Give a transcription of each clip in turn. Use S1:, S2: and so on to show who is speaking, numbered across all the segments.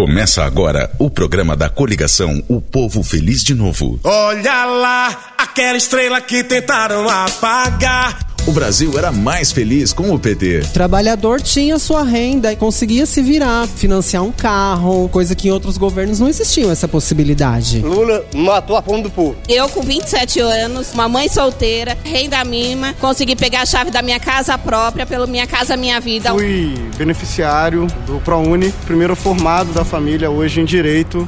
S1: Começa agora o programa da coligação O Povo Feliz de Novo.
S2: Olha lá, aquela estrela que tentaram apagar.
S1: O Brasil era mais feliz com o PT.
S3: O trabalhador tinha sua renda e conseguia se virar, financiar um carro, coisa que em outros governos não existiam essa possibilidade.
S4: Lula matou a fome do povo.
S5: Eu, com 27 anos, uma mãe solteira, renda mínima, consegui pegar a chave da minha casa própria pelo Minha Casa Minha Vida.
S6: Fui beneficiário do ProUni, primeiro formado da família, hoje em Direito.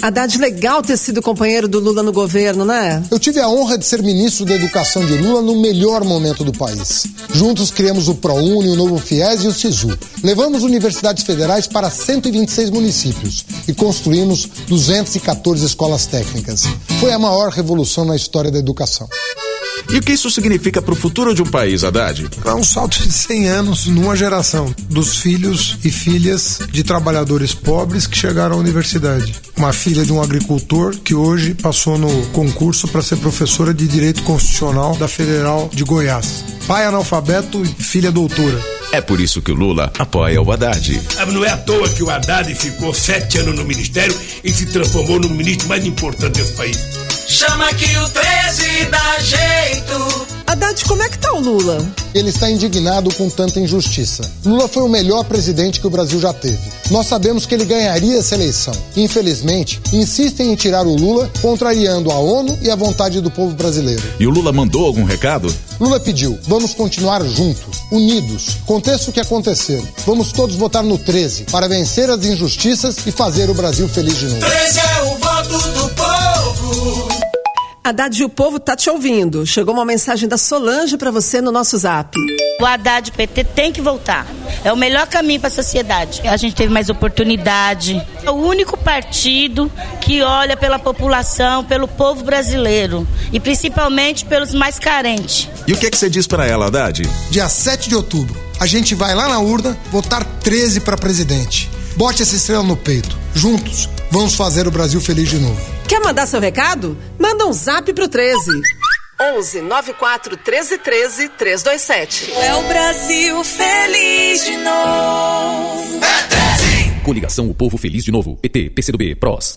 S7: Haddad, legal ter sido companheiro do Lula no governo, né?
S8: Eu tive a honra de ser ministro da Educação de Lula no melhor momento do país. Juntos criamos o ProUni, o Novo FIES e o SISU. Levamos universidades federais para 126 municípios e construímos 214 escolas técnicas. Foi a maior revolução na história da educação.
S1: E o que isso significa para o futuro de um país, Haddad?
S9: É um salto de 100 anos numa geração dos filhos e filhas de trabalhadores pobres que chegaram à universidade. Uma filha de um agricultor que hoje passou no concurso para ser professora de Direito Constitucional da Federal de Goiás. Pai analfabeto e filha doutora.
S1: É por isso que o Lula apoia o Haddad.
S10: Não é à toa que o Haddad ficou sete anos no ministério e se transformou no ministro mais importante desse país.
S11: Chama que o 13 dá jeito.
S7: Haddad, como é que tá o Lula?
S8: Ele está indignado com tanta injustiça. Lula foi o melhor presidente que o Brasil já teve. Nós sabemos que ele ganharia essa eleição. Infelizmente, insistem em tirar o Lula, contrariando a ONU e a vontade do povo brasileiro.
S1: E o Lula mandou algum recado?
S8: Lula pediu: vamos continuar juntos, unidos, aconteça o que acontecer. Vamos todos votar no 13 para vencer as injustiças e fazer o Brasil feliz de novo.
S11: 13 é o voto do povo.
S7: Haddad, o povo tá te ouvindo. Chegou uma mensagem da Solange para você no nosso zap.
S12: O Haddad PT tem que voltar. É o melhor caminho para a sociedade. A gente teve mais oportunidade. É o único partido que olha pela população, pelo povo brasileiro e principalmente pelos mais carentes.
S1: E o que é que você diz para ela, Haddad?
S9: Dia 7 de outubro, a gente vai lá na urna votar 13 para presidente. Bote essa estrela no peito. Juntos, vamos fazer o Brasil feliz de novo.
S7: Quer mandar seu recado? Manda um zap pro 13. 11 94 13 13 327.
S11: É o Brasil feliz de novo. É 13!
S13: Coligação O Povo Feliz de Novo. PT, PCdoB, PROS.